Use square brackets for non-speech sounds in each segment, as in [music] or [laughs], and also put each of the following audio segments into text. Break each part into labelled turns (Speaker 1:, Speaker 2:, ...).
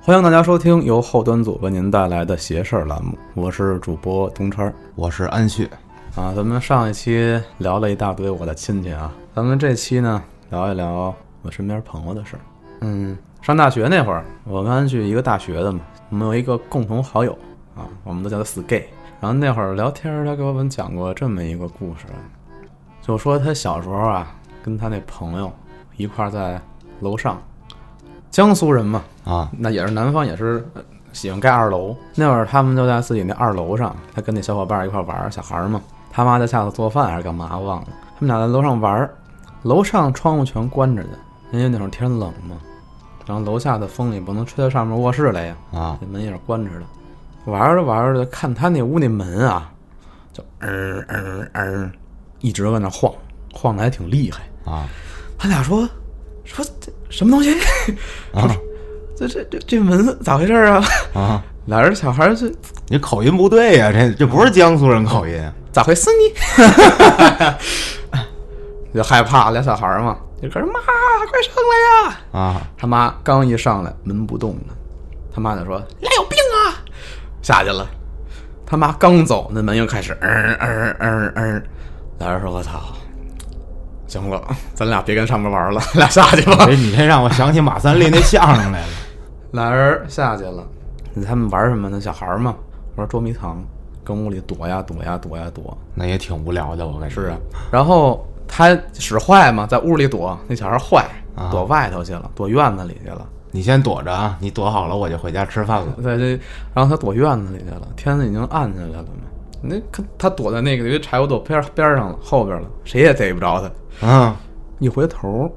Speaker 1: 欢迎大家收听由后端组为您带来的“邪事儿”栏目，我是主播东川儿
Speaker 2: 我是安旭，
Speaker 1: 啊。咱们上一期聊了一大堆我的亲戚啊，咱们这期呢聊一聊我身边朋友的事儿。嗯，上大学那会儿，我跟安旭一个大学的嘛，我们有一个共同好友啊，我们都叫他死 gay。然后那会儿聊天儿，他给我们讲过这么一个故事，就说他小时候啊，跟他那朋友一块儿在楼上，江苏人嘛，
Speaker 2: 啊，
Speaker 1: 那也是南方，也是呃喜欢盖二楼。那会儿他们就在自己那二楼上，他跟那小伙伴一块玩儿，小孩儿嘛，他妈在下头做饭还是干嘛忘了。他们俩在楼上玩儿，楼上窗户全关着的，因为那会儿天冷嘛，然后楼下的风也不能吹到上面卧室来呀，
Speaker 2: 啊，
Speaker 1: 那门也是关着的。玩着玩着，看他那屋那门啊，就嗯嗯嗯，一直在那晃，晃的还挺厉害。
Speaker 2: 啊，
Speaker 1: 他俩说说这什么东西？ [laughs]
Speaker 2: 啊，
Speaker 1: 这这这这门咋回事儿啊？ [laughs]
Speaker 2: 啊，
Speaker 1: 俩人小孩儿这
Speaker 2: 你口音不对呀、这这不是江苏人口音
Speaker 1: 咋回事呢？ [laughs] 就害怕俩小孩儿嘛，就跟着妈快上来呀！
Speaker 2: 啊，
Speaker 1: 他妈刚一上来门不动了，他妈就说俩有病啊，下去了。他妈刚走，那门又开始嗯嗯嗯嗯，俩人说我操，行了，咱俩别跟上面玩了， [laughs] 俩下去吧
Speaker 2: 哎，。你这让我想起马三立那相声来了，
Speaker 1: 俩人下去了，他们玩什么呢？小孩儿嘛，玩捉迷藏，跟屋里躲呀躲呀躲呀躲。
Speaker 2: [laughs] 那也挺无聊的，我感觉
Speaker 1: 是啊，然后他使坏嘛，在屋里躲，那小孩坏
Speaker 2: 啊，
Speaker 1: 躲外头去了，躲院子里去了。
Speaker 2: 你先躲着啊，你躲好了我就回家吃 [laughs] 饭了
Speaker 1: 对对，然后他躲院子里去了，天已经暗下来了嘛。那他他躲在那个有一柴火垛边边上了，后边了，谁也逮不着他。
Speaker 2: 啊，
Speaker 1: 一回头，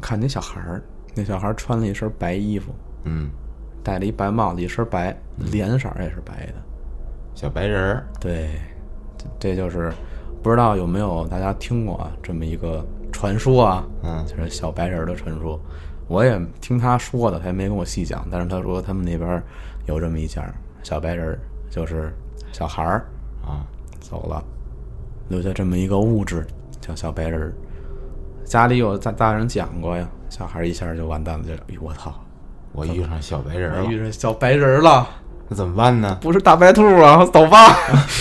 Speaker 1: 看那小孩儿，那小孩儿穿了一身白衣服，
Speaker 2: 嗯，
Speaker 1: 戴了一白帽子，一身白，脸色儿也是白的。
Speaker 2: 小白人儿
Speaker 1: 对，这这就是不知道有没有大家听过啊这么一个传说啊，
Speaker 2: 嗯
Speaker 1: 就是小白人儿的传说。我也听他说的，他也没跟我细讲，但是他说他们那边儿有这么一家儿小白人儿，就是小孩儿
Speaker 2: 啊，
Speaker 1: 走了，留下这么一个物质叫小白人儿。家里有大大人讲过呀，小孩儿一下就完蛋了，就哎呦我操，
Speaker 2: 我遇上小白人儿
Speaker 1: 遇
Speaker 2: 了，
Speaker 1: 上小白人儿了，
Speaker 2: 那怎么办呢？ [laughs]
Speaker 1: 不是大白兔啊，走吧。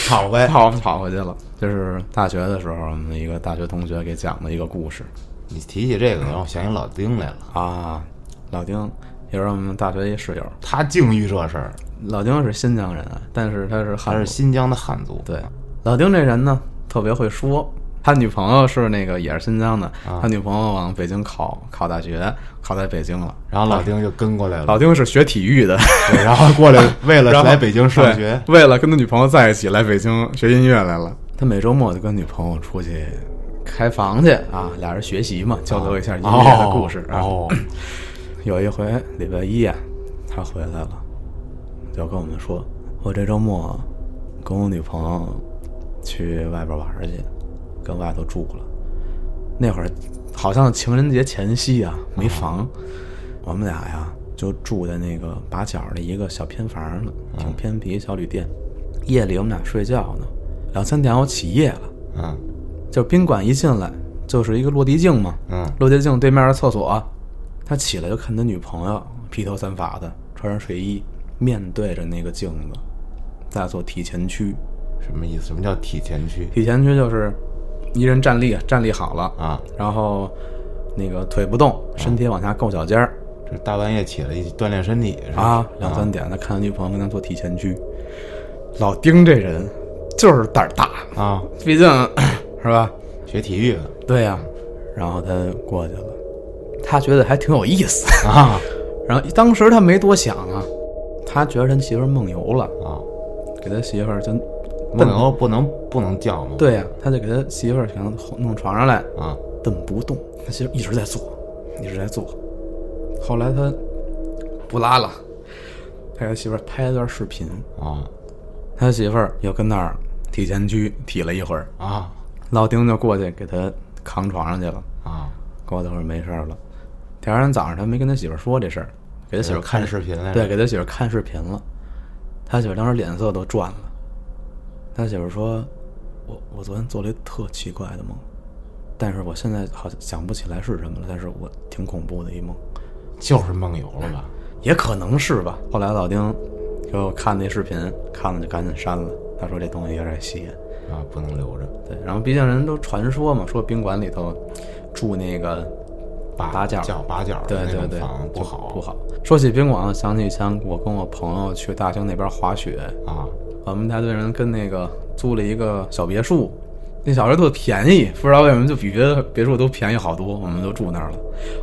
Speaker 2: 跑呗，
Speaker 1: 跑哎跑回去了。这是大学的时候，我们一个大学同学给讲的一个故事
Speaker 2: 你提起这个让我想起老丁来了，
Speaker 1: 啊。老丁也是我们大学一室友，
Speaker 2: 他净遇这事儿，
Speaker 1: 老丁是新疆人啊，但是他是
Speaker 2: 他
Speaker 1: 汉
Speaker 2: 是
Speaker 1: 族。
Speaker 2: 新疆的汉族，
Speaker 1: 对，老丁这人呢，特别会说。他女朋友是那个也是新疆的，
Speaker 2: 啊
Speaker 1: 他女朋友往北京考考大学，考在北京了。
Speaker 2: 然后老丁就跟过来了，
Speaker 1: 老丁是学体育的，
Speaker 2: 对 [laughs] 然后过来为了
Speaker 1: 然后
Speaker 2: 来北京上学，
Speaker 1: 对为了跟他女朋友在一起来北京学音乐来了。他每周末就跟女朋友出去开房去啊，俩人学习嘛，交流一下音乐的故事啊。
Speaker 2: 哦，
Speaker 1: 有一回礼拜一啊，他回来了，就跟我们说，我这周末跟我女朋友去外边玩去，跟外头住了。那会儿好像情人节前夕啊，没房，我们俩呀就住在那个把角的一个小偏房呢，挺偏僻小旅店。夜里我们俩睡觉呢，两三点我起夜了，
Speaker 2: 嗯
Speaker 1: 就宾馆一进来就是一个落地镜嘛，
Speaker 2: 嗯
Speaker 1: 落地镜对面的厕所，他起来就看他女朋友披头散发的，穿上睡衣，面对着那个镜子，在做体前屈。，
Speaker 2: 什么意思？什么叫体前屈
Speaker 1: 体前屈就是一人站立，站立好了，
Speaker 2: 啊？
Speaker 1: 然后那个腿不动，身体往下够脚尖儿
Speaker 2: 这大半夜起来一锻炼身体是吧？
Speaker 1: 啊，两三点他看他女朋友跟他做体前屈。老丁这人就是胆儿大，
Speaker 2: 啊，
Speaker 1: 毕竟是吧？
Speaker 2: 学体育 [laughs] 的
Speaker 1: 对呀、然后他过去了，他觉得还挺有意思。
Speaker 2: 啊
Speaker 1: 然后当时他没多想啊，他觉得他媳妇儿梦游了，
Speaker 2: 啊，
Speaker 1: 给他媳妇儿就
Speaker 2: 梦游不能不能叫吗？
Speaker 1: 对呀、他就给他媳妇儿想弄床上来，
Speaker 2: 啊，
Speaker 1: 蹬不动，他媳妇儿一直在做，一直在做。后来他不拉了，他给他媳妇儿拍了段视频，
Speaker 2: 啊
Speaker 1: 他媳妇儿又跟那儿体前屈体了一会儿，
Speaker 2: 啊
Speaker 1: 老丁就过去给他扛床上去了。
Speaker 2: 啊，
Speaker 1: 过了会儿没事儿了，第二天早上他没跟他媳妇儿说这事儿，给他媳妇儿
Speaker 2: 看视频来着
Speaker 1: 对，给他媳妇儿看视频了，他媳妇儿当时脸色都转了。他媳妇儿说：“我我昨天做了一特奇怪的梦，但是我现在好像想不起来是什么了，但是我挺恐怖的一梦。
Speaker 2: 就是梦游了吧？”
Speaker 1: 也可能是吧。后来老丁给我看那视频，看了就赶紧删了。他说这东西有点邪。
Speaker 2: 啊，不能留着，
Speaker 1: 对，然后毕竟人都传说嘛，说宾馆里头住那个
Speaker 2: 八
Speaker 1: 八角
Speaker 2: 角八角
Speaker 1: 对
Speaker 2: 的那
Speaker 1: 对
Speaker 2: 种
Speaker 1: 对
Speaker 2: 房不
Speaker 1: 就
Speaker 2: 好
Speaker 1: 不好。说起宾馆，想起以前我跟我朋友去大兴那边滑雪，
Speaker 2: 啊，
Speaker 1: 我们带队人跟那个租了一个小别墅，那小别墅特便宜，不知道为什么就比别的别墅都便宜好多，我们就住那儿了。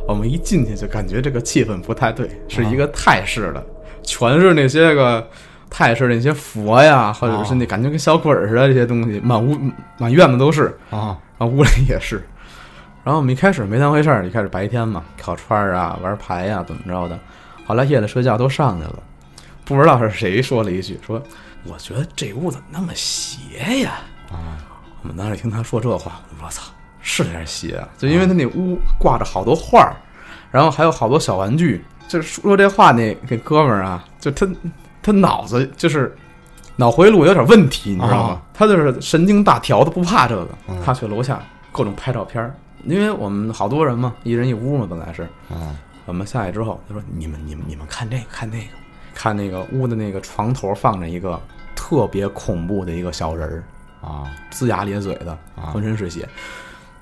Speaker 1: 我们一进去就感觉这个气氛不太对，是一个泰式的，全是那些个泰式那些佛呀，或者是那感觉跟小鬼儿似的这些东西，满屋满院子都是。
Speaker 2: 啊
Speaker 1: 然后屋里也是。然后我们一开始没当回事儿，一开始白天嘛，烤串儿啊，玩牌呀、怎么着的。后来夜里睡觉都上去了，不知道是谁说了一句，说我觉得这屋怎么那么邪呀？
Speaker 2: 啊
Speaker 1: 我们当时听他说这话，我说操，是有点邪啊！就因为他那屋挂着好多画儿，然后还有好多小玩具。就是说这话那那哥们儿啊，就他他脑子就是脑回路有点问题，你知道吗？
Speaker 2: 啊
Speaker 1: 他就是神经大条，他不怕这个
Speaker 2: 嗯。
Speaker 1: 他去楼下各种拍照片儿，因为我们好多人嘛，一人一屋嘛，本来是。
Speaker 2: 啊
Speaker 1: 我们下去之后，他说：“你们、你们、你们看这个，看那个，看那个屋的那个床头放着一个特别恐怖的一个小人儿，
Speaker 2: 啊，
Speaker 1: 龇牙咧嘴的，
Speaker 2: 啊
Speaker 1: 浑身是血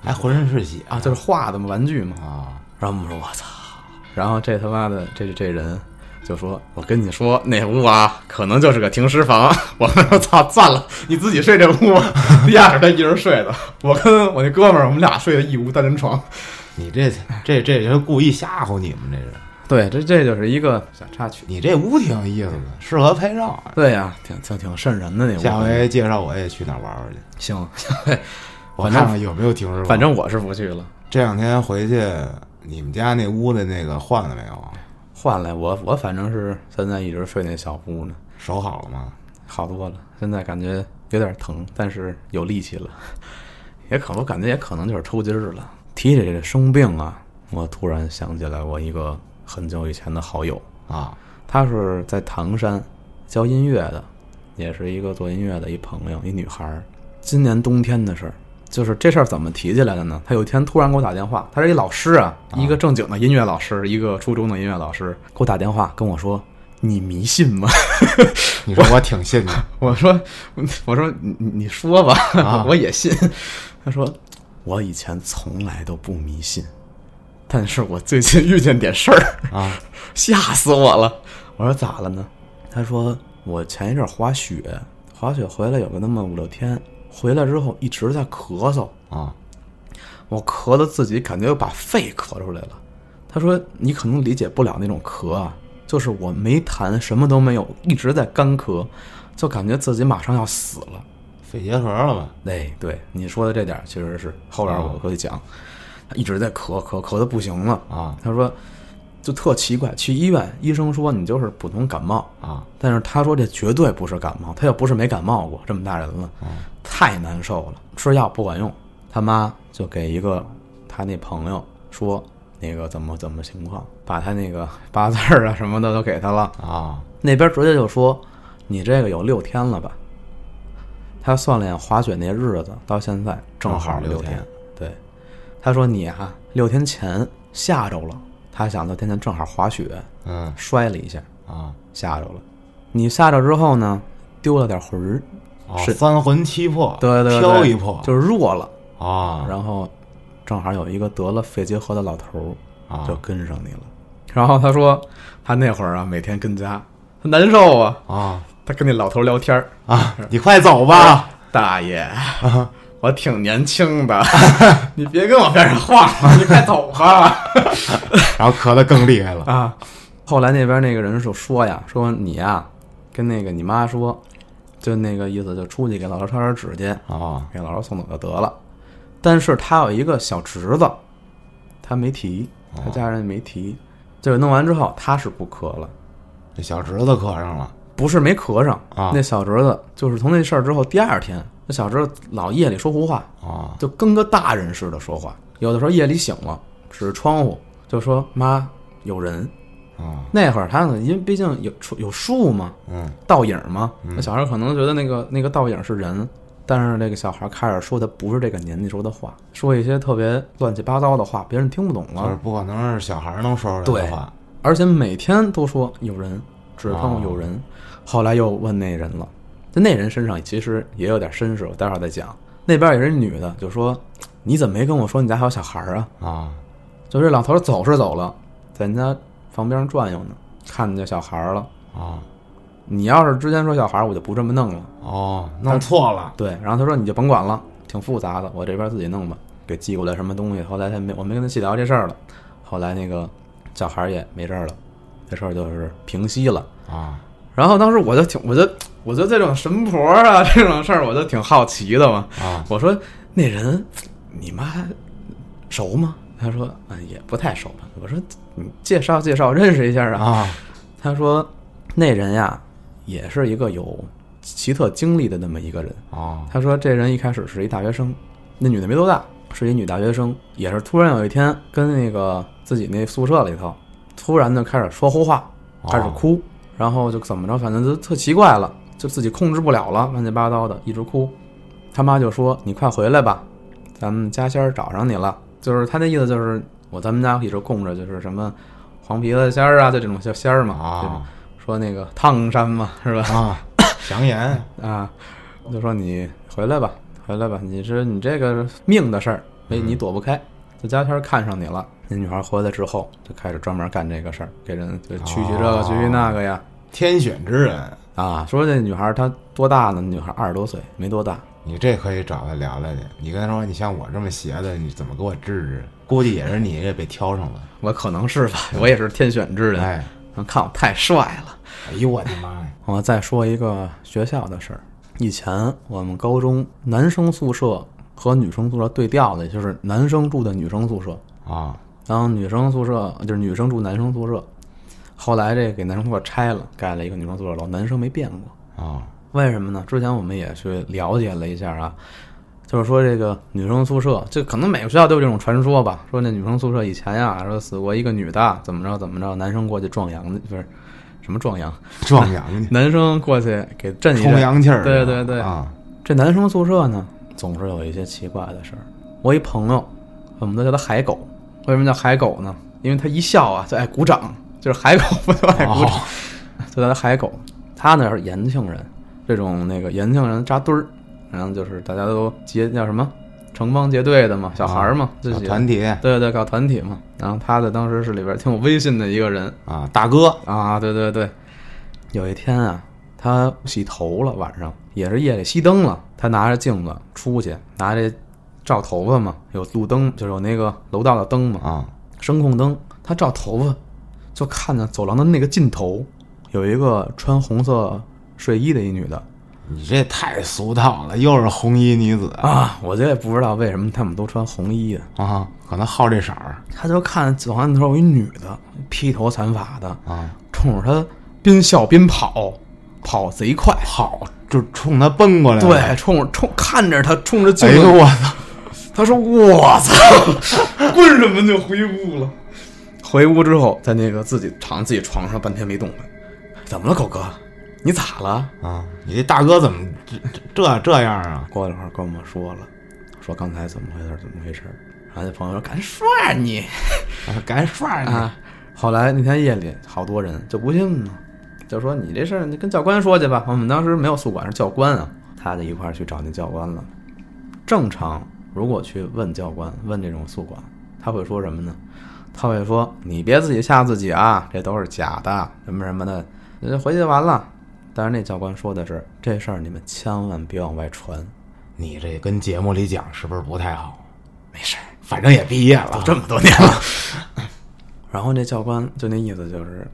Speaker 2: 还浑身是血
Speaker 1: 啊，就是画的嘛，玩具嘛。
Speaker 2: 啊
Speaker 1: 然后我们说我操，然后这他妈的这这人就说，我跟你说那屋啊，可能就是个停尸房。 [laughs] 我们说操，算了，你自己睡这屋吧。 [laughs] 地下室他一人睡的，我跟我那哥们儿，我们俩睡的一屋单人床。 [laughs]
Speaker 2: 你这这这人故意吓唬你们，这是
Speaker 1: 对，这这就是一个小插曲。
Speaker 2: 你这屋挺有意思的，适合拍照啊。
Speaker 1: 对呀、挺挺挺瘆人的那屋。
Speaker 2: 下回介绍我也去那儿玩玩去，
Speaker 1: 行，
Speaker 2: 我
Speaker 1: 反正
Speaker 2: 看看有没有停尸房。
Speaker 1: 反正我是不去了。
Speaker 2: 这两天回去，你们家那屋的那个换了没有啊？
Speaker 1: 换来我我反正是现在一直睡那小屋呢，
Speaker 2: 手好了吗？
Speaker 1: 好多了。现在感觉有点疼，但是有力气了。 [laughs] 也可我感觉也可能就是抽筋儿了。提起这生病啊，我突然想起来我一个很久以前的好友，
Speaker 2: 啊
Speaker 1: 她是在唐山教音乐的，也是一个做音乐的一朋友，一女孩儿。今年冬天的事儿，就是这事儿怎么提起来的呢？她有一天突然给我打电话，她是一老师啊，一个正经的音乐老师，一个初中的音乐老师，给我打电话跟我说：“你迷信吗？”
Speaker 2: 你说我挺信的，
Speaker 1: [laughs] 我说，我说你你你说吧，
Speaker 2: 啊
Speaker 1: [laughs] 我也信。他说，我以前从来都不迷信，但是我最近遇见点事儿
Speaker 2: 啊，
Speaker 1: [laughs] 吓死我了。我说咋了呢？他说我前一阵儿滑雪，滑雪回来有个那么五六天，回来之后一直在咳嗽， [laughs]
Speaker 2: 啊
Speaker 1: 我咳的自己感觉又把肺咳出来了。他说你可能理解不了那种咳啊，就是我没痰，什么都没有，一直在干咳，就感觉自己马上要死了。
Speaker 2: 肺结核了吧？
Speaker 1: 哎，对你说的这点儿其实是后边我会讲，他一直在咳咳咳的不行了。
Speaker 2: 啊
Speaker 1: 他说就特奇怪，去医院医生说你就是普通感冒，
Speaker 2: 啊
Speaker 1: 但是他说这绝对不是感冒，他又不是没感冒过，这么大人了，太难受了，吃药不管用。他妈就给一个他那朋友说那个怎么怎么情况，把他那个八字儿啊什么的都给他了，
Speaker 2: 啊
Speaker 1: 那边直接就说：“你这个有六天了吧？”他算了眼滑雪那日子，到现在正好
Speaker 2: 正好六
Speaker 1: 天。
Speaker 2: 天
Speaker 1: 对，他说：“你啊，六天前吓着了。”他想六天前正好滑雪，
Speaker 2: 嗯
Speaker 1: 摔了一下，
Speaker 2: 啊
Speaker 1: 吓着了。你吓着之后呢，丢了点魂儿，
Speaker 2: 哦
Speaker 1: 是
Speaker 2: 三魂七魄，
Speaker 1: 对对对，
Speaker 2: 飘一魄
Speaker 1: 就是弱了。
Speaker 2: 啊
Speaker 1: 然后正好有一个得了肺结核的老头儿，
Speaker 2: 啊
Speaker 1: 就跟上你了。然后他说，他那会儿啊，每天跟家，他难受啊，
Speaker 2: 啊
Speaker 1: 他跟那老头儿聊天儿。
Speaker 2: 啊！你快走吧！
Speaker 1: 大爷，我挺年轻 [laughs] 的，你别跟我边上晃了，你快走吧。
Speaker 2: 然后咳得更厉害了
Speaker 1: 啊，后来那边那个人就说呀，说你呀，跟那个你妈说，就那个意思，就出去给老头抄点纸去，
Speaker 2: 啊
Speaker 1: 给老头送走就得了。但是他有一个小侄子，他没提，他家人没提，就是弄完之后他是不咳了。
Speaker 2: 这小侄子咳上了
Speaker 1: 不是没咳上
Speaker 2: 啊
Speaker 1: 那小侄子就是从那事儿之后，第二天那小侄子老夜里说胡话，
Speaker 2: 啊
Speaker 1: 就跟个大人似的说话。有的时候夜里醒了，指着窗户就说：“妈，有人。
Speaker 2: 啊”
Speaker 1: 那会儿他呢，因为毕竟有树有树嘛，
Speaker 2: 嗯
Speaker 1: 倒影嘛，那小孩可能觉得那个那个倒影是人，但是那个小孩开始说的不是这个年纪说的话，说一些特别乱七八糟的话，别人听不懂
Speaker 2: 就是
Speaker 1: 了。
Speaker 2: 不可能是小孩能说出来
Speaker 1: 对
Speaker 2: 的话
Speaker 1: 而且每天都说有人，只看过有人。后来又问那人了，就那人身上其实也有点绅士，我待会儿再讲。那边也是女的，就说你怎么没跟我说你家还有小孩儿啊？
Speaker 2: 啊，
Speaker 1: 就这老头儿走是走了，在人家房边上转悠呢，看见小孩儿了。
Speaker 2: 啊，
Speaker 1: 你要是之前说小孩儿，我就不这么弄了。
Speaker 2: 哦，弄错了，
Speaker 1: 对，然后他说你就甭管了，挺复杂的，我这边自己弄吧。给寄过来什么东西，后来他没，我没跟他细聊这事儿了。后来那个小孩儿也没事儿了，这事儿就是平息了。
Speaker 2: 啊，
Speaker 1: 然后当时我就挺，我就我就这种神婆啊 [laughs] 这种事儿，我就挺好奇的嘛。
Speaker 2: 啊，
Speaker 1: 我说那人你妈熟吗？他说嗯也不太熟吧。我说你介绍介绍认识一下啊。
Speaker 2: 啊，
Speaker 1: 他说那人呀也是一个有奇特经历的那么一个人。
Speaker 2: 哦，
Speaker 1: 他说这人一开始是一大学生，那女的没多大，是一女大学生，也是突然有一天跟那个自己那宿舍里头，突然就开始说胡话，
Speaker 2: 哦
Speaker 1: 开始哭，然后就怎么着，反正就特奇怪了，就自己控制不了了，乱七八糟的一直哭。他妈就说：“你快回来吧，咱们家仙儿找上你了。”就是他那意思就是我咱们家一直供着就是什么黄皮子仙儿啊，就这种小仙儿嘛，对吧
Speaker 2: 啊，
Speaker 1: 说那个汤山嘛，是吧？
Speaker 2: 啊，祥言，
Speaker 1: 啊，就说你回来吧，回来吧，你是你这个命的事儿，没你躲不开。这家天儿看上你了，那女孩回来之后就开始专门干这个事儿，给人就蛐蛐这个
Speaker 2: 哦
Speaker 1: 蛐蛐那个呀。
Speaker 2: 天选之人，
Speaker 1: 啊，说这女孩她多大呢？女孩二十多岁，没多大。
Speaker 2: 你这可以找他聊聊去。你跟他说，你像我这么邪的，你怎么给我治治？估计也是你给被挑上了。
Speaker 1: 我可能是吧，我也是天选之人。
Speaker 2: 哎，
Speaker 1: 看我太帅了。
Speaker 2: 哎呦我的妈呀！
Speaker 1: 我再说一个学校的事儿。以前我们高中男生宿舍和女生宿舍对调的，就是男生住的女生宿舍。
Speaker 2: 啊，
Speaker 1: 然后女生宿舍就是女生住男生宿舍，后来这给男生宿舍拆了，盖了一个女生宿舍楼，男生没变过。
Speaker 2: 啊，
Speaker 1: 为什么呢？之前我们也去了解了一下啊，就是说这个女生宿舍，这可能每个学校都有这种传说吧，说那女生宿舍以前呀、说死过一个女的，怎么着怎么着，男生过去壮阳的，不是什么壮阳，
Speaker 2: 壮
Speaker 1: [laughs]
Speaker 2: 阳去，
Speaker 1: 男生过去给震一
Speaker 2: 冲
Speaker 1: 震。
Speaker 2: 阳气儿。
Speaker 1: 对对对
Speaker 2: 啊，
Speaker 1: 这男生宿舍呢，总是有一些奇怪的事儿。我一朋友，我们都叫他海狗。为什么叫海狗呢？因为他一笑啊就爱鼓掌，就是海狗不就爱鼓掌，
Speaker 2: 哦
Speaker 1: [laughs] 就叫他海狗。他呢是延庆人，这种那个延庆人扎堆儿，然后就是大家都结叫什么成帮结队的嘛，小孩儿嘛，自
Speaker 2: 搞
Speaker 1: 己
Speaker 2: 哦团体
Speaker 1: 对对搞团体嘛。然后他的当时是里边挺有威信的一个人，
Speaker 2: 啊，大哥
Speaker 1: 啊，对对对，有一天啊，他洗头了，晚上也是夜里熄灯了，他拿着镜子出去，拿这照头发嘛，有路灯，就是有那个楼道的灯嘛，
Speaker 2: 啊，
Speaker 1: 声控灯，他照头发，就看见走廊的那个尽头有一个穿红色睡衣的一女的
Speaker 2: 你这太俗套了，又是红衣女子
Speaker 1: 啊，我这也不知道为什么他们都穿红衣啊，
Speaker 2: 啊，可能好这色儿
Speaker 1: 他就看走廊那头有一女的披头散发的，
Speaker 2: 啊，
Speaker 1: 冲着他边笑边跑，跑贼快。
Speaker 2: 跑就冲他奔过来了。
Speaker 1: 对，冲冲看着他，冲着镜
Speaker 2: 哎
Speaker 1: 子，
Speaker 2: 呦我操！
Speaker 1: 他说：“我 [laughs] 操！”为什么就回屋了？回屋之后，在那个自己躺自己床上半天没动弹，怎么了，狗哥？你咋了？
Speaker 2: 啊，你这大哥怎么这这这样啊？
Speaker 1: 过了一会儿跟我们说了，说刚才怎么回事，怎么回事。然后那朋友说：“敢说你
Speaker 2: 啊赶紧刷你！
Speaker 1: 啊！”后来那天夜里，好多人就不信呢，就说：“你这事儿你跟教官说去吧。”我们当时没有宿管，是教官啊，他就一块儿去找那教官了。正常如果去问教官、问这种宿管，他会说什么呢？他会说：“你别自己吓自己啊，这都是假的，什么什么的，你就回去完了。”但是那教官说的是这事儿，你们千万别往外传，
Speaker 2: 你这跟节目里讲是不是不太好？
Speaker 1: 没事儿，
Speaker 2: 反正也毕业了，
Speaker 1: 这么多年了。然后那教官就那意思就是，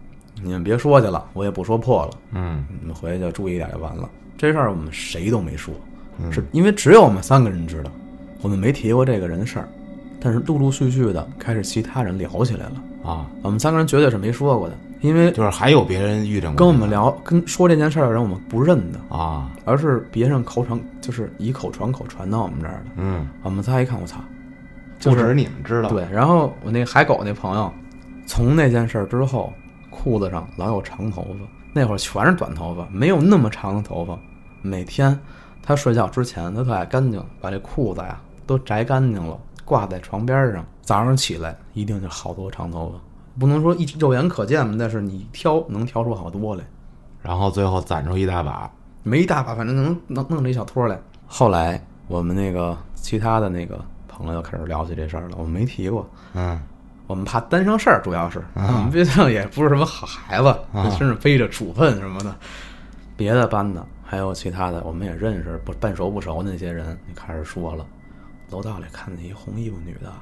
Speaker 1: 你们别说去了，我也不说破了，
Speaker 2: 嗯
Speaker 1: 你们回去就注意点就完了。这事儿我们谁都没说，
Speaker 2: 嗯
Speaker 1: 是因为只有我们三个人知道，我们没提过这个人事儿。但是陆陆续续的开始其他人聊起来了，
Speaker 2: 啊，
Speaker 1: 我们三个人绝对是没说过的，因为
Speaker 2: 就是还有别人遇着过
Speaker 1: 跟我们聊跟说这件事儿的人我们不认得，
Speaker 2: 啊，
Speaker 1: 而是别人口传，就是以口传口传到我们这儿的。
Speaker 2: 嗯，
Speaker 1: 我们仨一看，我操，
Speaker 2: 不止你们知道，
Speaker 1: 对，然后我那海狗那朋友，从那件事儿之后，裤子上老有长头发，那会儿全是短头发，没有那么长的头发。每天他睡觉之前，他特爱干净，把这裤子呀都摘干净了，挂在床边上。早上起来一定就好多长头发，不能说一肉眼可见吧，但是你挑能挑出好多来，
Speaker 2: 然后最后攒出一大把，
Speaker 1: 没一大把，反正能能弄着一小撮来。后来我们那个其他的那个朋友开始聊起这事儿了，我们没提过，
Speaker 2: 嗯，
Speaker 1: 我们怕担上事儿，主要是我们毕竟也不是什么好孩子，身上背着处分什么的。别的班的还有其他的，我们也认识不半熟不熟的那些人，就开始说了。楼道里看见一红衣服女的，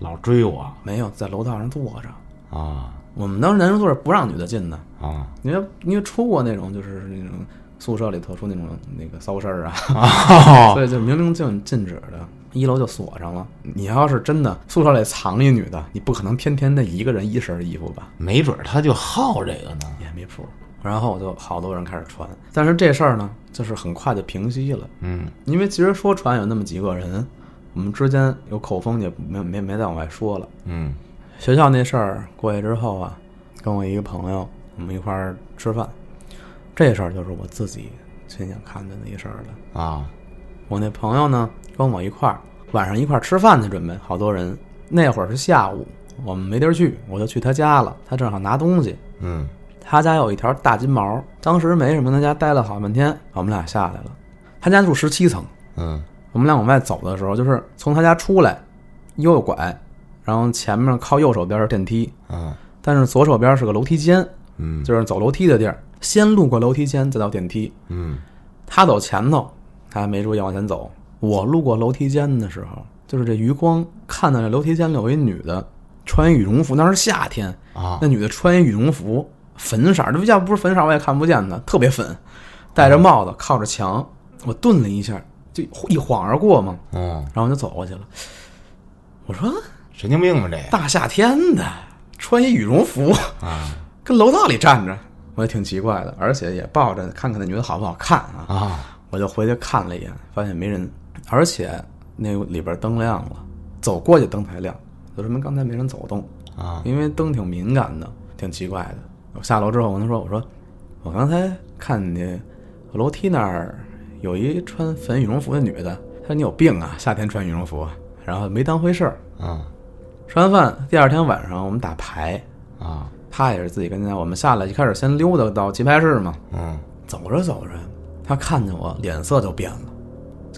Speaker 2: 老追我
Speaker 1: 没有在楼道上坐着。
Speaker 2: 啊
Speaker 1: 我们当时男生宿舍不让女的进的，
Speaker 2: 啊
Speaker 1: 因为因为出过那种就是那种宿舍里头出那种那个骚事儿啊，
Speaker 2: 啊！
Speaker 1: 所以就明令禁禁止的，一楼就锁上了。你要是真的宿舍里藏着一女的，你不可能天天那一个人一身衣服吧，
Speaker 2: 没准儿他就好这个呢。
Speaker 1: 也没谱。然后我就好多人开始传，但是这事儿呢，就是很快就平息了，
Speaker 2: 嗯
Speaker 1: 因为其实说传有那么几个人，我们之间有口风也没没没再往外说了。
Speaker 2: 嗯
Speaker 1: 学校那事儿过去之后啊，跟我一个朋友，我们一块儿吃饭，这事儿就是我自己亲眼看见的一事儿了。
Speaker 2: 啊
Speaker 1: 我那朋友呢，跟我一块儿晚上一块儿吃饭去，准备好多人。那会儿是下午，我们没地儿去，我就去他家了。他正好拿东西，
Speaker 2: 嗯
Speaker 1: 他家有一条大金毛，当时没什么，他家待了好半天，我们俩下来了。他家住十七层，
Speaker 2: 嗯
Speaker 1: 我们俩往外走的时候，就是从他家出来，右右拐，然后前面靠右手边是电梯，
Speaker 2: 嗯
Speaker 1: 但是左手边是个楼梯间，
Speaker 2: 嗯
Speaker 1: 就是走楼梯的地儿，先路过楼梯间，再到电梯。
Speaker 2: 嗯
Speaker 1: 他走前头，他还没注意往前走。我路过楼梯间的时候，就是这余光看到这楼梯间里有一女的穿羽绒服，那是夏天，
Speaker 2: 啊
Speaker 1: 那女的穿一羽绒服，粉色儿，这要不是粉色儿我也看不见她，特别粉，戴着帽子，靠着墙。我顿了一下，就一晃而过嘛，
Speaker 2: 嗯，
Speaker 1: 然后我就走过去了。我说
Speaker 2: 神经病吧这
Speaker 1: 大夏天的穿一羽绒服，
Speaker 2: 啊
Speaker 1: 跟楼道里站着，我也挺奇怪的，而且也抱着看看那女的好不好看啊。
Speaker 2: 啊
Speaker 1: 我就回去看了一眼，发现没人，而且那里边灯亮了，走过去灯才亮，就说明刚才没人走动，
Speaker 2: 啊
Speaker 1: 因为灯挺敏感的，挺奇怪的。我下楼之后，我跟他说：“我说我刚才看你楼梯那儿有一穿粉羽绒服的女的，她说你有病啊，夏天穿羽绒服。”然后没当回事儿。
Speaker 2: 啊
Speaker 1: 吃完饭，第二天晚上我们打牌，
Speaker 2: 啊
Speaker 1: 他也是自己跟家，我们下来一开始先溜达到棋牌室嘛，
Speaker 2: 嗯
Speaker 1: 走着走着，他看见我脸色就变了，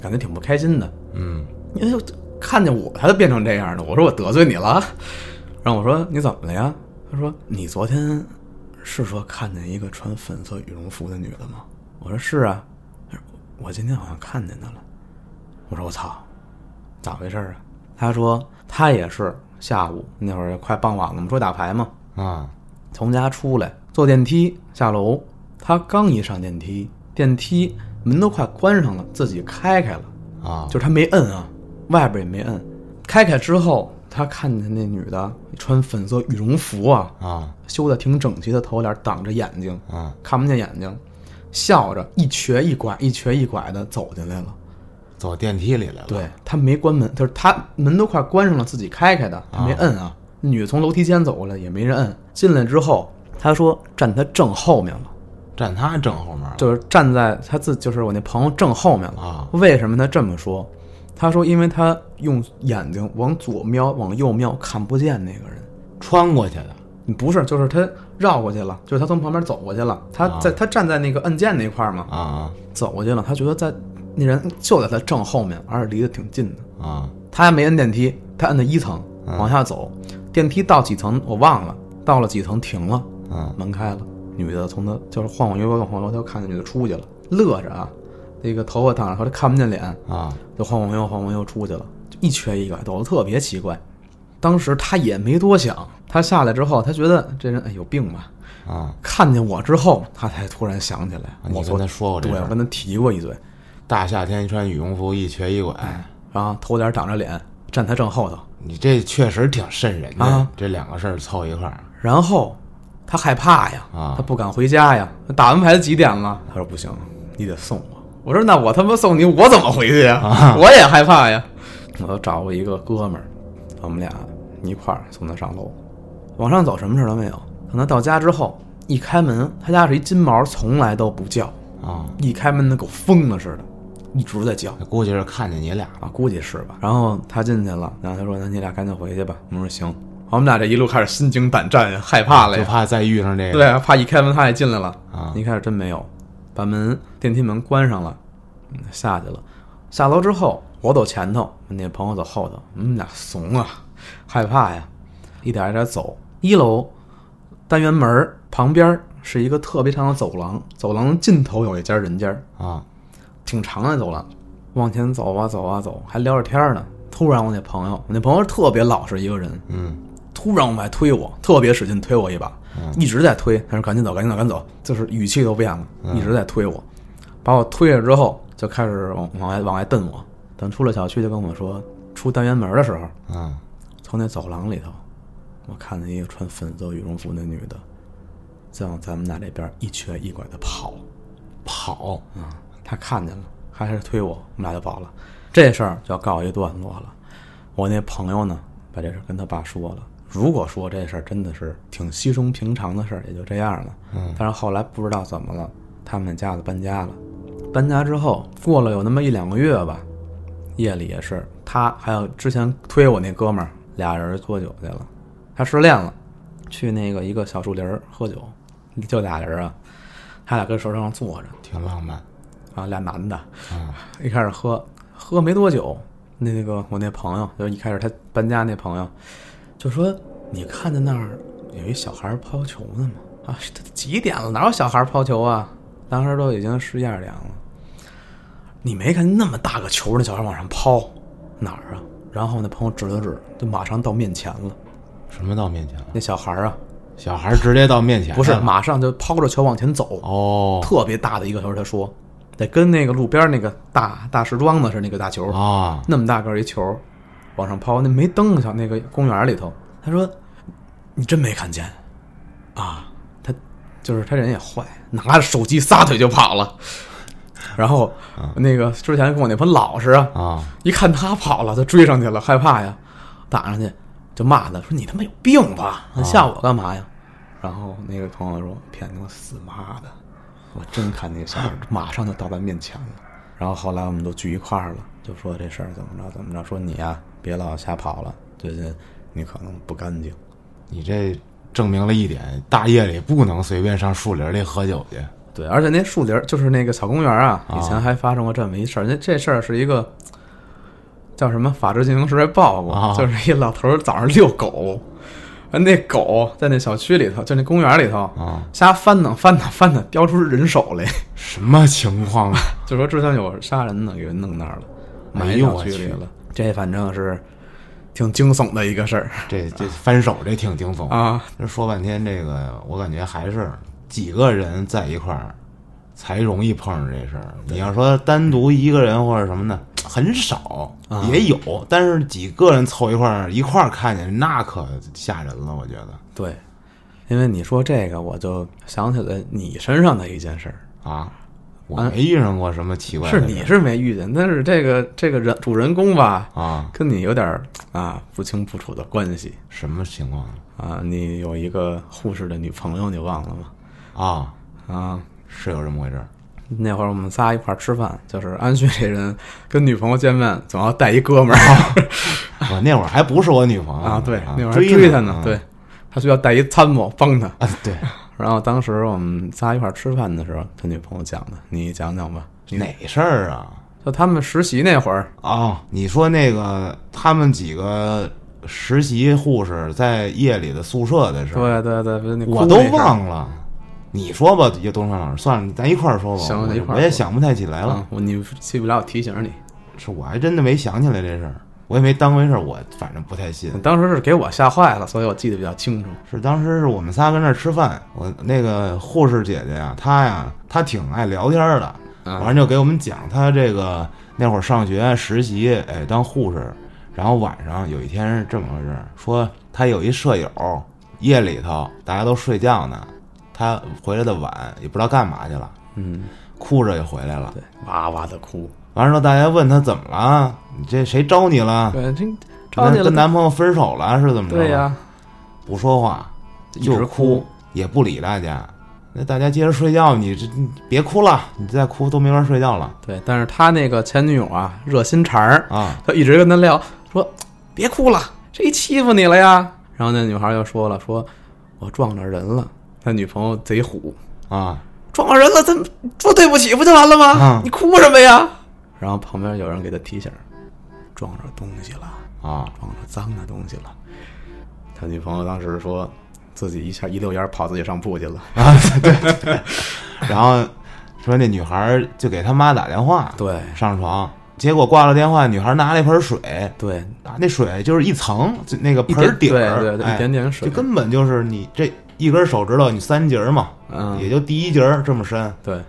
Speaker 1: 感觉挺不开心的。
Speaker 2: 嗯
Speaker 1: 因为就看见我，他就变成这样了。我说我得罪你了，然后我说你怎么了呀？他说你昨天是说看见一个穿粉色羽绒服的女的吗？我说是啊。他说我今天好像看见她了。我说我操，咋回事儿啊？他说他也是下午那会儿快傍晚了，我们说打牌嘛，
Speaker 2: 啊
Speaker 1: 从家出来，坐电梯下楼，他刚一上电梯，电梯门都快关上了，自己开开了，
Speaker 2: 啊
Speaker 1: 就是他没摁啊，外边也没摁。开开之后，他看见那女的穿粉色羽绒服啊，
Speaker 2: 啊
Speaker 1: 修的挺整齐的头帘挡着眼睛，
Speaker 2: 啊
Speaker 1: 看不见眼睛，笑着一瘸一拐、一瘸一拐的走进来了。
Speaker 2: 走电梯里来了。
Speaker 1: 对他没关门，就是他门都快关上了，自己开开的，他没摁啊。女的从楼梯间走过来，也没人摁。进来之后，他说站他正后面了，
Speaker 2: 站他正后面了
Speaker 1: 就是站在他自，就是我那朋友正后面了。
Speaker 2: 啊
Speaker 1: 为什么他这么说？他说，因为他用眼睛往左瞄，往右瞄，看不见那个人。
Speaker 2: 穿过去的
Speaker 1: 不是，就是他绕过去了，就是他从旁边走过去了。他在、他站在那个按键那块儿嘛，
Speaker 2: 啊
Speaker 1: 走过去了。他觉得在那人就在他正后面，而且离得挺近的。
Speaker 2: 啊
Speaker 1: 他还没摁电梯，他摁的一层，
Speaker 2: 嗯
Speaker 1: 往下走，电梯到几层我忘了，到了几层停了，
Speaker 2: 嗯
Speaker 1: 门开了，女的从他就是晃晃悠悠晃晃悠悠，他看见女的出去了，乐着啊，那个头发挡着头，他看不见脸，
Speaker 2: 啊
Speaker 1: 就晃晃悠悠晃晃悠悠出去了，就一瘸一拐，走的特别奇怪。当时他也没多想，他下来之后，他觉得这人哎有病吧。
Speaker 2: 啊！
Speaker 1: 看见我之后，他才突然想起来，
Speaker 2: 你
Speaker 1: 我
Speaker 2: 跟
Speaker 1: 昨
Speaker 2: 他说过这
Speaker 1: 对
Speaker 2: 事
Speaker 1: 我
Speaker 2: 儿？
Speaker 1: 跟他提过一嘴，
Speaker 2: 大夏天穿羽绒服一瘸一拐，
Speaker 1: 然后头点挡着脸，站他正后头，
Speaker 2: 你这确实挺瘆人的
Speaker 1: 啊。
Speaker 2: 这两个事儿凑一块儿
Speaker 1: 然后他害怕呀，
Speaker 2: 啊
Speaker 1: 他不敢回家呀。打完牌几点了？他说不行，你得送我。啊我说那我他妈送你，我怎么回去呀？我也害怕呀。我又找我一个哥们儿，我们俩一块儿送他上楼。往上走什么事儿都没有。等他到家之后，一开门，他家是一金毛，从来都不叫，
Speaker 2: 啊，
Speaker 1: 一开门那狗疯了似的，一直在叫。啊
Speaker 2: 那估计是看见你俩了
Speaker 1: 啊，估计是吧。然后他进去了，然后他说：“那你俩赶紧回去吧。”我说：“行。”我们俩这一路开始心惊胆战，害怕了
Speaker 2: 就
Speaker 1: 呀。
Speaker 2: 怕再遇上这个。
Speaker 1: 对，啊怕一开门他也进来了。
Speaker 2: 啊
Speaker 1: 一开始真没有，把门电梯门关上了，嗯下去了。下楼之后，我走前头，那朋友走后头，我们俩怂啊，害怕呀，一点一点走。一楼单元门旁边是一个特别长的走廊，走廊尽头有一家人家，
Speaker 2: 啊，
Speaker 1: 挺长的走廊。往前走啊走啊走，还聊着天呢。突然，我那朋友，我那朋友特别老实一个人，
Speaker 2: 嗯，
Speaker 1: 突然往外推我，特别使劲推我一把，一直在推。他说：“赶紧走，赶紧走，赶紧走。”就是语气都变了，一直在推我，把我推了之后，就开始往往外往外蹬我。等出了小区，就跟我说，出单元门的时候，
Speaker 2: 啊，
Speaker 1: 从那走廊里头，我看见一个穿粉色羽绒服的女的，在往咱们俩这边一瘸一拐的跑。
Speaker 2: 跑，
Speaker 1: 啊，他看见了，还是推我，我们俩就跑了。这事儿就要告一段落了。我那朋友呢，把这事儿跟他爸说了。如果说这事儿真的是挺稀松平常的事儿，也就这样了。
Speaker 2: 嗯，
Speaker 1: 但是后来不知道怎么了，他们家子搬家了。搬家之后，过了有那么一两个月吧，夜里也是他还有之前推我那哥们儿，俩人喝酒去了。他失恋了，去那个一个小树林儿喝酒，就俩人啊，他俩跟树上坐着，
Speaker 2: 挺浪漫
Speaker 1: 啊，俩男的，
Speaker 2: 啊，
Speaker 1: 一开始喝，喝没多久，那那个我那朋友，就一开始他搬家那朋友，就说你看见那儿有一小孩儿抛球呢吗？啊，是都几点了？哪有小孩儿抛球啊？当时都已经十一二点了。你没看见那么大个球儿，那小孩儿往上抛，哪儿啊？然后那朋友指了指，就马上到面前了。
Speaker 2: 什么到面前了？
Speaker 1: 那小孩儿啊，
Speaker 2: 小孩直接到面前了，
Speaker 1: 不是马上就抛着球往前走，
Speaker 2: 哦
Speaker 1: 特别大的一个球。他说，得跟那个路边儿那个大大石桩子似的那个大球儿
Speaker 2: 啊，
Speaker 1: 那么大个儿一球，往上抛，那没灯的小那个公园里头，他说：“你真没看见啊？”他就是他人也坏，拿着手机撒腿就跑了。然后那个之前跟我那朋友老实啊，
Speaker 2: 啊，
Speaker 1: 一看他跑了，他追上去了，害怕呀，打上去就骂他说：“你他妈有病吧？你吓我干嘛呀？”然后那个朋友说：“骗你个死妈的！我真看那个小孩儿马上就到咱面前了。”然后后来我们都聚一块儿了，就说这事儿怎么着怎么着，说你呀、别老瞎跑了，最近你可能不干净。
Speaker 2: 你这证明了一点，大夜里不能随便上树林里喝酒去。
Speaker 1: 对，而且那树林儿就是那个小公园儿啊，以前还发生过这么一事儿。那这事儿是一个叫什么《法制进行时》还报过，
Speaker 2: 啊
Speaker 1: 就是一老头儿早上遛狗，那狗在那小区里头，就那公园里头
Speaker 2: 啊
Speaker 1: 瞎翻腾翻腾翻腾，叼出人手来， [laughs]
Speaker 2: 什么情况啊？
Speaker 1: 就说之前有杀人的给人弄那儿了，埋
Speaker 2: 哎呦
Speaker 1: 小
Speaker 2: 我
Speaker 1: 区
Speaker 2: 去
Speaker 1: 里了。这反正是挺惊悚的一个事儿
Speaker 2: 这这翻手这挺惊悚。
Speaker 1: 啊。
Speaker 2: 这说半天，这个我感觉还是几个人在一块儿才容易碰上这事儿。你要说单独一个人或者什么的，很少
Speaker 1: 啊
Speaker 2: 也有，但是几个人凑一块儿一块儿看见，那可吓人了。我觉得
Speaker 1: 对，因为你说这个，我就想起来你身上的一件事儿。
Speaker 2: 啊，我没遇上过什么奇怪的
Speaker 1: 是
Speaker 2: 人。
Speaker 1: 你是没遇见，但是这个这个人主人公吧，
Speaker 2: 啊？
Speaker 1: 跟你有点儿啊不清不楚的关系
Speaker 2: 什么情况
Speaker 1: 啊。你有一个护士的女朋友，你忘了吗？
Speaker 2: 啊？
Speaker 1: 啊，
Speaker 2: 是有这么回事儿
Speaker 1: 那会儿我们仨一块儿吃饭，就是安旭这人跟女朋友见面总要带一哥们儿
Speaker 2: 我啊那会儿还不是我女朋友
Speaker 1: 啊，对，那会儿还
Speaker 2: 追
Speaker 1: 追
Speaker 2: 她
Speaker 1: 他呢，对，他需要带一参谋帮他。
Speaker 2: 啊，对，
Speaker 1: 然后当时我们仨一块儿吃饭的时候，他女朋友讲的，你讲讲吧。
Speaker 2: 哪事儿啊？
Speaker 1: 就他们实习那会儿，
Speaker 2: 哦，你说那个他们几个实习护士在夜里的宿舍的事
Speaker 1: 对
Speaker 2: 儿，
Speaker 1: 对对，不是那
Speaker 2: 我
Speaker 1: 哭
Speaker 2: 都
Speaker 1: 那事儿
Speaker 2: 忘了。你说吧，也东山老师，算了，咱一块儿说吧。
Speaker 1: 行
Speaker 2: 我
Speaker 1: 咱一块儿
Speaker 2: 我也
Speaker 1: 说嗯
Speaker 2: 想不太起来了
Speaker 1: 啊，，我你记不了，我提醒你。
Speaker 2: 是我还真的没想起来这事儿，我也没当回事儿，我反正不太信。
Speaker 1: 嗯当时是给我吓坏了，所以我记得比较清楚。
Speaker 2: 是当时是我们仨跟那儿吃饭，我那个护士姐姐呀，她呀，她挺爱聊天的，
Speaker 1: 嗯
Speaker 2: 完了就给我们讲她这个那会儿上学实习，哎，当护士，然后晚上有一天是这么回事儿，说她有一舍友，夜里头大家都睡觉呢，她回来的晚，也不知道干嘛去了，
Speaker 1: 嗯，
Speaker 2: 哭着就回来了，
Speaker 1: 对，哇哇的哭。
Speaker 2: 完了之后大家问她怎么了，你这谁招你了？
Speaker 1: 对，这着急
Speaker 2: 跟
Speaker 1: 了。
Speaker 2: 男朋友分手了是怎么着？
Speaker 1: 对呀、
Speaker 2: 不说话，
Speaker 1: 一
Speaker 2: 就
Speaker 1: 直哭，
Speaker 2: 也不理大家。那大家接着睡觉，你这你别哭了，你再哭都没法睡觉了
Speaker 1: 对，但是他那个前女友啊，热心肠儿，
Speaker 2: 啊！
Speaker 1: 他一直跟他聊，说别哭了，谁欺负你了呀？然后那女孩就说了，说我撞着人了。他女朋友贼虎，
Speaker 2: 啊，
Speaker 1: 撞着人了，咱说对不起不就完了吗？
Speaker 2: 嗯
Speaker 1: 你哭什么呀？然后旁边有人给他提醒，撞着东西了，
Speaker 2: 啊，
Speaker 1: 撞着脏的东西了。他女朋友当时说自己一下一溜烟跑自己上铺去了。
Speaker 2: 啊然后说那女孩儿就给他妈打电话，
Speaker 1: 对
Speaker 2: 上床，结果挂了电话，女孩拿了一盆水，
Speaker 1: 对，
Speaker 2: 啊，那水就是一层，就那个
Speaker 1: 一
Speaker 2: 盆儿
Speaker 1: 点
Speaker 2: 顶儿，
Speaker 1: 对对对
Speaker 2: 哎
Speaker 1: 一点点水
Speaker 2: 就根本就是你这一根手指头，你三节儿嘛，
Speaker 1: 嗯
Speaker 2: 也就第一节儿这么深。
Speaker 1: 对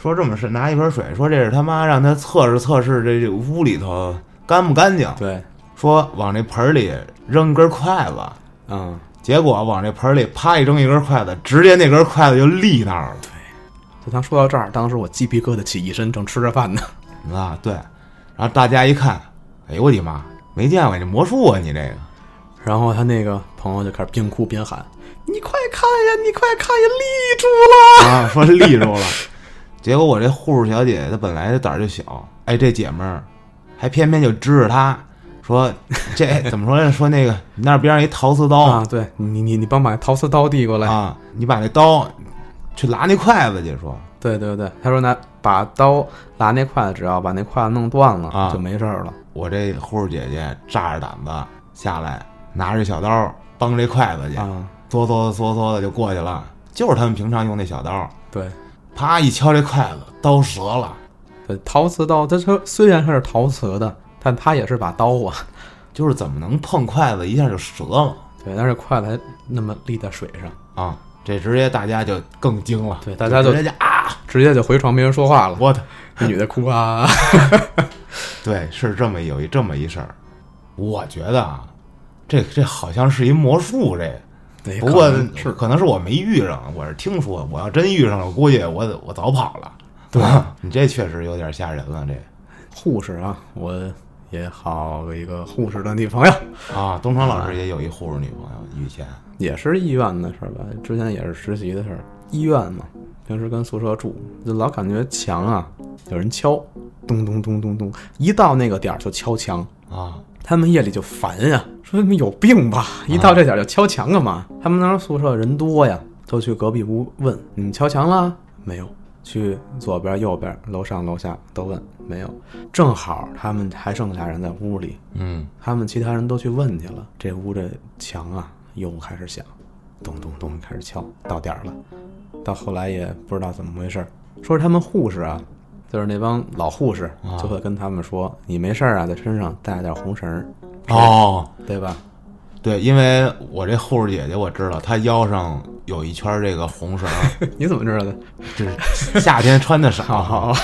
Speaker 2: 说这么深，拿一盆水，说这是他妈让他测试测试这这屋里头干不干净，
Speaker 1: 对，
Speaker 2: 说往这盆儿里扔根筷子，
Speaker 1: 嗯，
Speaker 2: 结果往这盆儿里啪一扔一根筷子，直接那根筷子就立那儿了。
Speaker 1: 就当说到这儿，当时我鸡皮疙瘩起一身，正吃着饭呢。
Speaker 2: 啊，对，然后大家一看，哎呦我的妈，没见过你魔术啊，你这个
Speaker 1: 然后他那个朋友就开始边哭边喊：“你快看呀，你快看呀，立住了
Speaker 2: 啊，说立住了。 [laughs] 结果我这护士小姐她本来这胆儿就小，哎，这姐们儿还偏偏就支着她说，这怎么说呢？说那个你那边上一陶瓷！”刀
Speaker 1: 啊，对你你你帮把陶瓷刀递过来。
Speaker 2: 啊，你把那刀去拿那筷子去说
Speaker 1: 对对对，他说拿把刀拿那筷子，只要把那筷子弄断了、
Speaker 2: 啊
Speaker 1: 就没事儿了。
Speaker 2: 我这护士姐姐炸着胆子下来，拿着小刀帮这筷子去，
Speaker 1: 啊，
Speaker 2: 搓搓搓搓的就过去了，就是他们平常用那小刀。
Speaker 1: 对，
Speaker 2: 啪一敲这筷子，刀折了，
Speaker 1: 对，陶瓷刀，它它虽然它是陶瓷的，但它也是把刀啊。 [laughs]
Speaker 2: 就是怎么能碰筷子一下就折了
Speaker 1: 对，但是筷子还那么立在水上，
Speaker 2: 啊？这直接大家就更惊了，
Speaker 1: 对大家就
Speaker 2: 直接啊，
Speaker 1: 直接就回床，没人说话了。
Speaker 2: 我的，
Speaker 1: 那女的哭啊， [laughs]
Speaker 2: 对，是这么有一这么一事儿。我觉得啊，这这好像是一魔术，这个
Speaker 1: 对
Speaker 2: 不过
Speaker 1: 可能是
Speaker 2: 可能是我没遇上，我是听说，我要真遇上了，我估计我我早跑了。对、你这确实有点吓人了，这
Speaker 1: 护士啊，我也好一个护士的女朋友。 [laughs]
Speaker 2: 啊，东城老师也有一护士女朋友，以前
Speaker 1: 也是医院的事儿吧，之前也是实习的事儿。医院嘛，平时跟宿舍住，就老感觉墙啊有人敲，咚咚咚咚咚，一到那个点儿就敲墙。
Speaker 2: 啊，
Speaker 1: 他们夜里就烦呀，说你们有病吧？一到这点儿就敲墙干嘛？他们那时候宿舍人多呀，就去隔壁屋问你们敲墙啦没有？去左边、右边、楼上、楼下都问没有。正好他们还剩俩人在屋里，
Speaker 2: 嗯，
Speaker 1: 他们其他人都去问去了，这屋这墙啊又开始响，咚咚咚开始敲，到点儿了。到后来也不知道怎么回事儿，说是他们护士啊，就是那帮老护士
Speaker 2: 啊
Speaker 1: 就会跟他们说，你没事儿啊，在身上带点红绳儿，
Speaker 2: 哦，
Speaker 1: 对吧？
Speaker 2: 对，因为我这护士姐姐我知道，她腰上有一圈这个红绳儿，
Speaker 1: [laughs] 你怎么知道的？
Speaker 2: 这是夏天穿的
Speaker 1: 好 [laughs] 好，
Speaker 2: 少。
Speaker 1: 好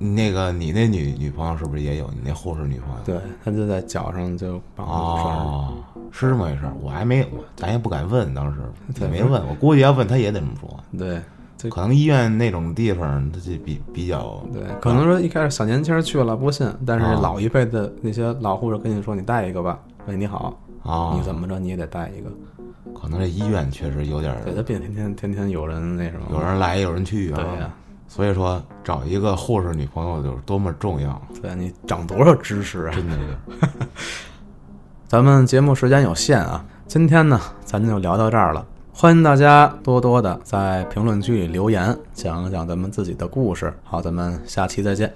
Speaker 2: 那个你那女女朋友是不是也有？你那护士女朋友？
Speaker 1: 对他就在脚上就绑了红绳儿，
Speaker 2: 哦，是这么回事儿。我还没，我咱也不敢问，当时也
Speaker 1: 对
Speaker 2: 没问。我估计要问她也得这么说。
Speaker 1: 对，这
Speaker 2: 可能医院那种地方，它就比比较
Speaker 1: 对，可能说一开始小年轻儿去了不信，但是
Speaker 2: 啊
Speaker 1: 老一辈的那些老护士跟你说，你带一个吧，喂你好，
Speaker 2: 啊
Speaker 1: 你，怎么着你也得带一个。
Speaker 2: 可能这医院确实有点儿
Speaker 1: 对他并天天天天有人那什么，
Speaker 2: 有人来有人去啊。
Speaker 1: 对呀
Speaker 2: 所以说，找一个护士女朋友就是多么重要，
Speaker 1: 对你长多少知识啊！
Speaker 2: 真的是。
Speaker 1: 咱们节目时间有限啊，今天呢咱就聊到这儿了。欢迎大家多多的在评论区里留言，讲一讲咱们自己的故事。好，咱们下期再见。